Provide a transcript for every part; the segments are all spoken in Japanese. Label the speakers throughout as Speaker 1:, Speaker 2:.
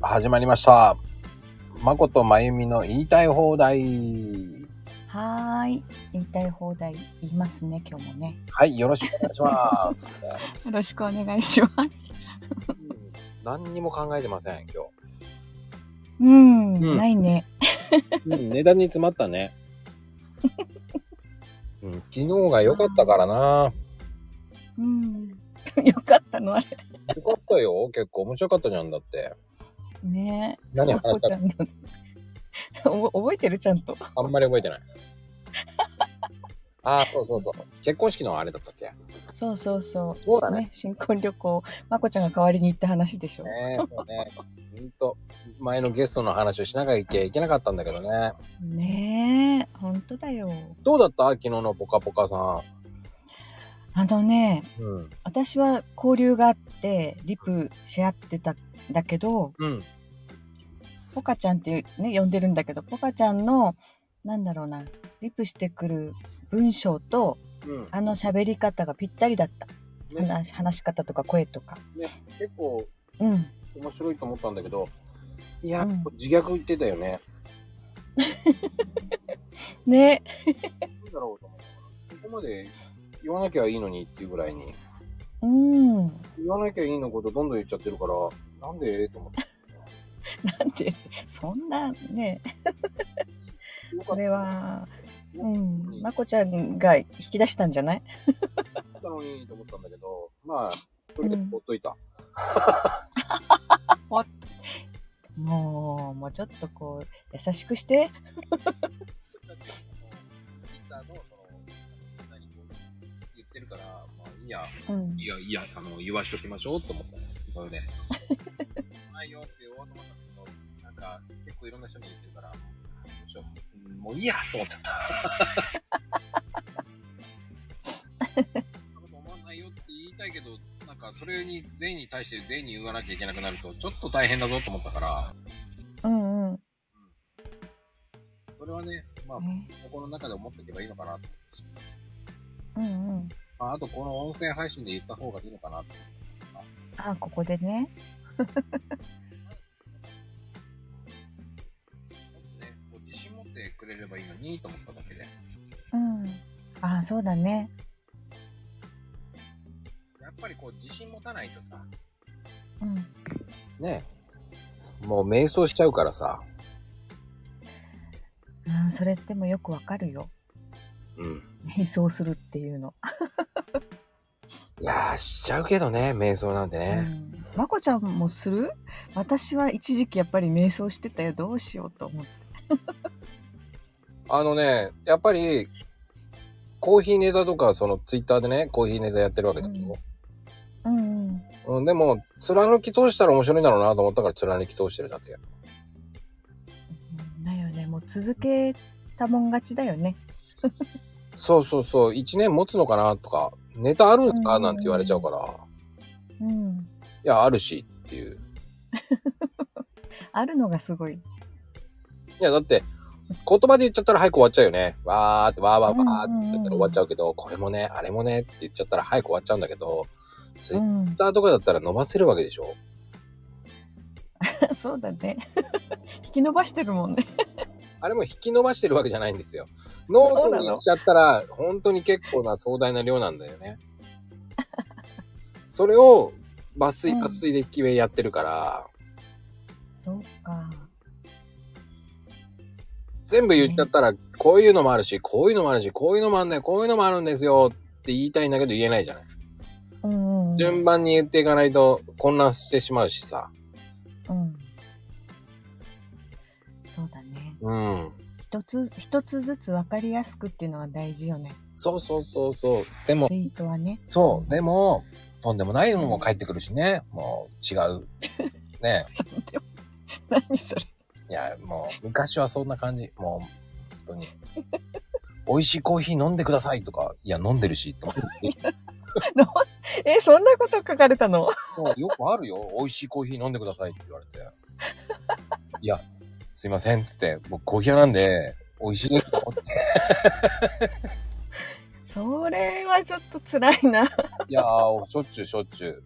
Speaker 1: 始まりました。まことまゆみの言いたい放題。
Speaker 2: はーい。言いたい放題言いますね、今日もね。
Speaker 1: はい、よろしくお願いします。
Speaker 2: よろしくお願いします。
Speaker 1: 何にも考えてません、今
Speaker 2: うん、
Speaker 1: うん
Speaker 2: ないね。
Speaker 1: 日。値段に詰まったね。 うん、昨日が良かったからな。
Speaker 2: うん。 よかったのあれ。
Speaker 1: 良かったよ。結構面白かったじゃんだって。
Speaker 2: ねえ。
Speaker 1: 何話
Speaker 2: まこ
Speaker 1: し
Speaker 2: ちゃんの。 おぼ覚えてるちゃんと。
Speaker 1: たあんまり覚えてない。ああ、そうそうそう。結婚式のあれだったっけ
Speaker 2: そうそうそう。
Speaker 1: そうだね
Speaker 2: 新婚旅行、まこちゃんが代わりに行った話でしょ。
Speaker 1: ねえ、そうね。ほんと、前のゲストの話をしなきゃいけなかったんだけどね。
Speaker 2: ねえ、本当だよ。
Speaker 1: どうだった昨日のポカポカさ
Speaker 2: あのね、
Speaker 1: ん。うん。
Speaker 2: 私は交流があって、リプし合ってたんだけど、
Speaker 1: うん。
Speaker 2: ポカちゃんってね呼んでるんだけどポカちゃんのなんだろうなリプしてくる文章と
Speaker 1: うん。
Speaker 2: あの喋り方がぴったりだった、
Speaker 1: ね
Speaker 2: 話話し方とか声とか
Speaker 1: 結構
Speaker 2: うん
Speaker 1: 面白いと思ったんだけど、いや、
Speaker 2: うん
Speaker 1: 自虐言ってたよね。
Speaker 2: ね
Speaker 1: なんだろうと思う。ここまで言わなきゃいいのにっていうぐらいに、
Speaker 2: うんなん
Speaker 1: 言わなきゃいいのことどんどん言っちゃってるから、なんでと思 って。
Speaker 2: てそんなね
Speaker 1: よか
Speaker 2: そ
Speaker 1: っ
Speaker 2: れはう
Speaker 1: うんん
Speaker 2: まこちゃんが引き出したんじゃない
Speaker 1: たのにと思ったんだけど、まあ、それでほっといた。
Speaker 2: もうもうちょっとこう優しくして
Speaker 1: ツイッターの、その、何こう言ってるから、まあいいや、
Speaker 2: うん
Speaker 1: いや、いや、あの、言わしときましょうと思ったのそれで。ないよって言おうと思ったんだけど、なんか、結構いろんな人に言ってるから、どうしよううんもういいやと思っちゃった。そんなこと思わないよって言いたいけど、なんか、それに全員に対して全員に言わなきゃいけなくなると、ちょっと大変だぞと思ったから、
Speaker 2: うんうん
Speaker 1: それはね、まあ、
Speaker 2: ね
Speaker 1: 心の中で思っておけばいいのかなと思ったし、
Speaker 2: うんうん
Speaker 1: まあ、あとこの音声配信で言った方がいいのかなと
Speaker 2: あここでね
Speaker 1: 思ってね、こう自信持ってくれればいいのにと思っただけで。
Speaker 2: うんあそうだね
Speaker 1: やっぱりこう自信持たないとさ。
Speaker 2: うん
Speaker 1: ねもう迷走しちゃうからさ。
Speaker 2: うんそれってもよくわかる よ
Speaker 1: うん。
Speaker 2: 瞑想するっていうの。
Speaker 1: いやー、しちゃうけどね、迷走なんて
Speaker 2: う
Speaker 1: ね。
Speaker 2: んまこちゃんもする私は一時期やっぱり瞑想してたよどうしようと思って。
Speaker 1: あのね、やっぱり、コーヒーネタとか、そのツイッターでね、コーヒーネタやってるわけだけど。
Speaker 2: うんうん、
Speaker 1: うん、でも、貫き通したら面白いんだろうなと思ったから貫き通してるだけ。
Speaker 2: だよねもう続けたもん勝ちだよね。
Speaker 1: そうそうそう、1年持つのかなとか、ネタあるんすか
Speaker 2: うん
Speaker 1: なんて言われちゃうから、
Speaker 2: うん、
Speaker 1: いや、あるしっていう。
Speaker 2: あるのがすごい。
Speaker 1: いや、だって、言葉で言っちゃったら早く終わっちゃうよね。わーって、わーわーわーって言ったら終わっちゃうけど、これもね、あれもねって言っちゃったら早く終わっちゃうんだけど、ツイ
Speaker 2: う
Speaker 1: ッ
Speaker 2: ん、
Speaker 1: ターとかだったら伸ばせるわけでしょ
Speaker 2: そうだ ね引き伸ばしてるもんね。
Speaker 1: あれも引き伸ばしてるわけじゃないんですよ。ノ
Speaker 2: そう
Speaker 1: ー
Speaker 2: な
Speaker 1: ト
Speaker 2: の
Speaker 1: にしちゃったら、本当に結構な壮大な量なんだよね。それを、抜粋抜粋で決めやってるから、
Speaker 2: そうか。
Speaker 1: 全部言っちゃったら、こういうのもあるし、こういうのもあるし、こういうのもあるんだよ、こういうのもあるんですよって言いたいんだけど言えないじゃない。
Speaker 2: うんうんうん
Speaker 1: 順番に言っていかないと混乱してしまうしさ。
Speaker 2: うん、そうだね
Speaker 1: うん。
Speaker 2: 一つ一つずつ分かりやすくっていうのが大事よね
Speaker 1: そうそうそうそう。でも
Speaker 2: ツ、イートは ね。
Speaker 1: そう、でも、とんでもないのも返ってくるしね。もう違 う。ね。
Speaker 2: 何それ
Speaker 1: いや、もう昔はそんな感じ。もう、本当に。美味しいコーヒー飲んでくださいとか、いや、飲んでるし、と思 って。
Speaker 2: えそんなこと書かれたの
Speaker 1: そう、よくあるよ。美味しいコーヒー飲んでくださいって言われて。いや、すいません、つって、僕コーヒー屋なんで、美味しいですよって。
Speaker 2: それはちょっと辛いな。
Speaker 1: いやー、しょっちゅうしょっちゅう。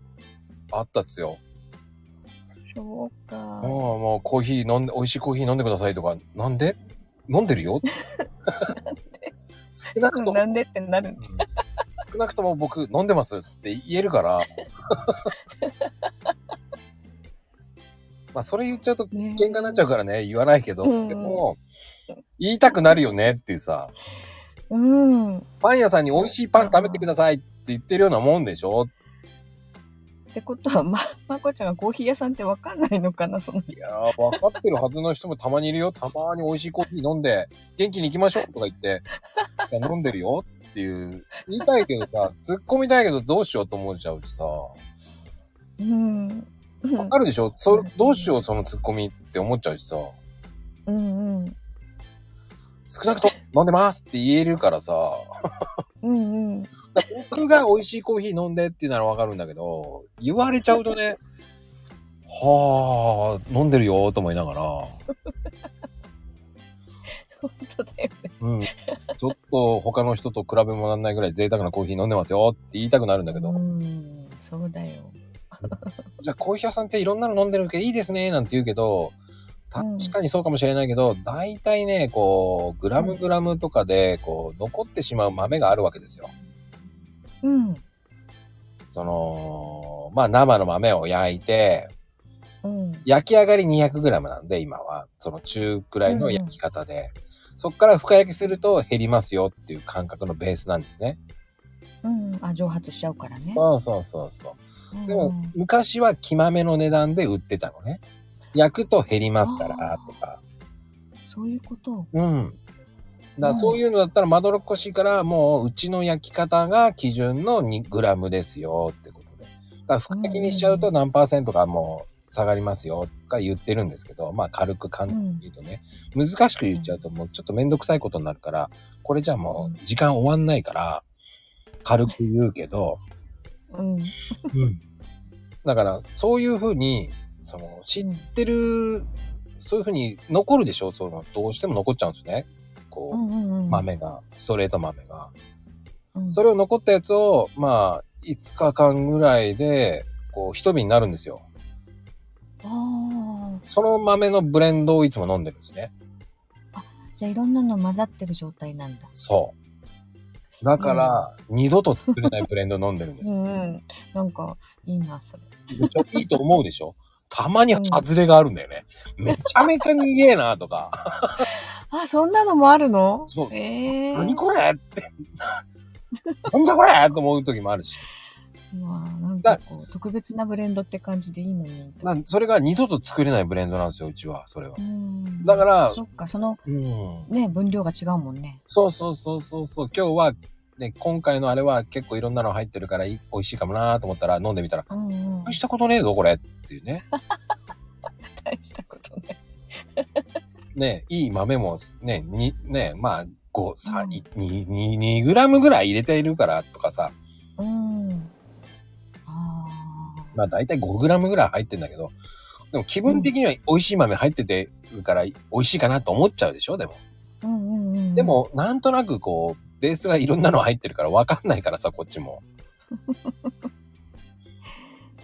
Speaker 1: あったっすよ。
Speaker 2: そうか
Speaker 1: ああ、。まあ、コーヒー飲んで、美味しいコーヒー飲んでくださいとか、なんで飲んでるよ少なくとも、
Speaker 2: なんでってなる。
Speaker 1: うん少なくとも僕飲んでますって言えるから。まあ、それ言っちゃうと
Speaker 2: ね
Speaker 1: 喧嘩になっちゃうからね、言わないけど、
Speaker 2: うん
Speaker 1: でも、言いたくなるよねっていうさ、
Speaker 2: うん。っ
Speaker 1: パン屋さんに美味しいパン食べてくださいって言ってるようなもんでしょ
Speaker 2: てことは、ま、まこちゃんがコーヒー屋さんってわかんないのかな、その。
Speaker 1: いやー、分かってるはずの人もたまにいるよ。たまに美味しいコーヒー飲んで、元気に行きましょうとか言って、いや飲んでるよっていう、言いたいけどさ、突っ込みたいけどどうしようと思っちゃうしさ、
Speaker 2: うん。うん
Speaker 1: 分かるでしょそどうしようその突っ込みって思っちゃうしさ、
Speaker 2: うんうん。
Speaker 1: 少なくとも飲んでますって言えるからさ、
Speaker 2: うんうん。
Speaker 1: 僕が美味しいコーヒー飲んでっていうならわかるんだけど、言われちゃうとね、はあ、飲んでるよと思いながら、
Speaker 2: 本当だよね。
Speaker 1: うん、ちょっと他の人と比べもなんないぐらい贅沢なコーヒー飲んでますよって言いたくなるんだけど、
Speaker 2: うん。そうだよ。
Speaker 1: じゃあコーヒー屋さんっていろんなの飲んでるけどいいですねなんて言うけど、
Speaker 2: うん
Speaker 1: 確かにそうかもしれないけど、大体ね、こう、グラムグラムとかで、こう、残ってしまう豆があるわけですよ。
Speaker 2: うん。
Speaker 1: その、まあ生の豆を焼いて、
Speaker 2: うん。
Speaker 1: 焼き上がり 200g なんで今はその中くらいの焼き方で、そこから深焼きすると減りますよっていう感覚のベースなんですね。
Speaker 2: うん。あ、蒸発しちゃうからね。
Speaker 1: そうそうそうそう。でも
Speaker 2: うん
Speaker 1: 昔は木豆の値段で売ってたのね。焼くと減りますからとか。
Speaker 2: そういうこと。
Speaker 1: うん。だからそういうのだったらまどろっこしいからもううちの焼き方が基準の 2g ですよってことで。だから深焼きにしちゃうと何パーセントかもう下がりますよとか言ってるんですけど、まあ軽く簡単
Speaker 2: うん。
Speaker 1: 言うとね、難しく言っちゃうともうちょっとめんどくさいことになるから、これじゃあもう時間終わんないから、軽く言うけど、
Speaker 2: うん。
Speaker 1: だからそういうふうに、その知ってる、そういうふうに残るでしょそのどうしても残っちゃうんですね。こう、
Speaker 2: うんうんうん。
Speaker 1: 豆が、ストレート豆が。
Speaker 2: うん。
Speaker 1: それを残ったやつを、まあ、5日間ぐらいで、こう、一瓶になるんですよ。
Speaker 2: ああ。
Speaker 1: その豆のブレンドをいつも飲んでるんですね。
Speaker 2: じゃあいろんなの混ざってる状態なんだ。
Speaker 1: そう。だから、二度と作れないブレンド飲んでるんです
Speaker 2: う
Speaker 1: よ。
Speaker 2: んうん。なんか、いいな、それ。
Speaker 1: めっちゃいいと思うでしょたまに外れがあるんだよね。めちゃめちゃにげえなとか。
Speaker 2: あ、そんなのもあるの
Speaker 1: そう
Speaker 2: ええ
Speaker 1: 何これって。なんだこれと思う時もあるし。
Speaker 2: うわなんかこう、特別なブレンドって感じでいいのに。
Speaker 1: なんそれが二度と作れないブレンドなんですよ、うちは。それは
Speaker 2: う。ん。
Speaker 1: だから、
Speaker 2: そっか、その
Speaker 1: うん。
Speaker 2: ね、分量が違うもんね。
Speaker 1: そうそうそうそうそう。今日は、ね、今回のあれは結構いろんなの入ってるからい美味しいかもなと思ったら飲んでみたら、
Speaker 2: うんうん。
Speaker 1: 大したことねえぞ、これっていうね。
Speaker 2: 大したことね。
Speaker 1: ね、いい豆もね、に、ね、まあ、5、
Speaker 2: う
Speaker 1: 3、
Speaker 2: ん
Speaker 1: 2、2、2グラムぐらい入れているからとかさ、
Speaker 2: うん。ああ。
Speaker 1: まあ大体5グラムぐらい入ってんだけど、でも気分的には美味しい豆入っててるから美味しいかなと思っちゃうでしょ、でも。
Speaker 2: うんうんうん。
Speaker 1: で、も、なんとなくこう、ベースがいろんなの入ってるから分かんないからさ、こっちも。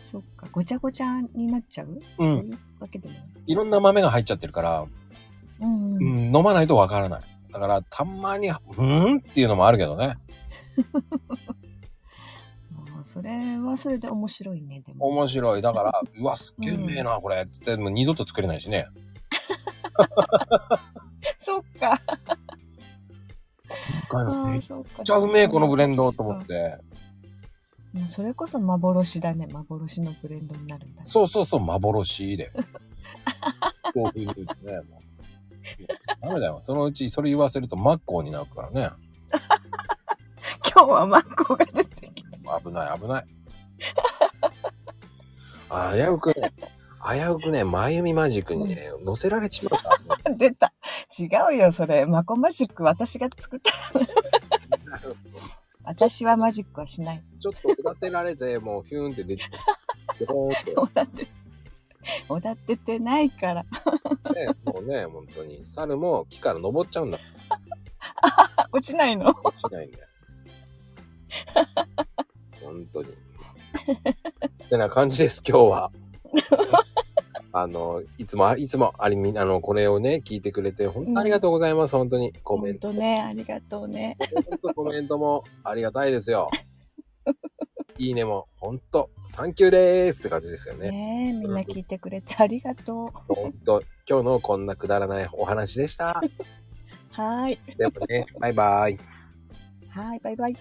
Speaker 2: そっか、ごちゃごちゃになっちゃう
Speaker 1: う
Speaker 2: そうい
Speaker 1: ん。
Speaker 2: うわけでもない。
Speaker 1: いろんな豆が入っちゃってるから、
Speaker 2: うん
Speaker 1: う
Speaker 2: うん。
Speaker 1: ん、飲まないと分からない。だから、たまに、うーんっていうのもあるけどね。
Speaker 2: あーそれはそれで面白いね、でも。
Speaker 1: 面白い。だから、うわ、すっげえうめえな、これ。つって、もう二度と作れないしね。
Speaker 2: そっか。
Speaker 1: 一回の
Speaker 2: あ
Speaker 1: め
Speaker 2: ー
Speaker 1: っ
Speaker 2: そっか。
Speaker 1: めっちゃうめえこのブレンドと思っ
Speaker 2: そ
Speaker 1: て
Speaker 2: か。もうそれこそ幻だね。幻のブレンドになるんだ、ね。
Speaker 1: そうそうそう幻で こういうふうに言うとねもうダメだよそのうちそれ言わせるとマッコーになるからね
Speaker 2: 今日はマンコが出てきた。
Speaker 1: 危ない危ない あ危うくね危うくね真由美マジックにね乗せられちまうからね
Speaker 2: 出た。違うよ、それ。マコマジック、私が作った。私はマジックはしない。
Speaker 1: ちょっと下てられてもうヒューンって出てくるポーンって
Speaker 2: おだて、おだててないから。
Speaker 1: ねもうね本当に猿も木から登っちゃうんだか
Speaker 2: あ落ちないの。
Speaker 1: らしないんだよ本当にってな感じです今日はあの、いつも、あいつも、ありみ、あの、これをね、聞いてくれて、本当にありがとうございます、本当に。コ
Speaker 2: コ
Speaker 1: メ
Speaker 2: メ
Speaker 1: ン
Speaker 2: ン
Speaker 1: ト、
Speaker 2: トね、ありがとうね。
Speaker 1: 本当コメントもありがたいですよ。いいねも、本当サンキューでーすって感じですよね。
Speaker 2: ねえみんな聞いてくれてありがとう。
Speaker 1: 本当今日のこんなくだらないお話でした。
Speaker 2: はーい。
Speaker 1: でもね、バイバイ。
Speaker 2: はーい、バイバイ。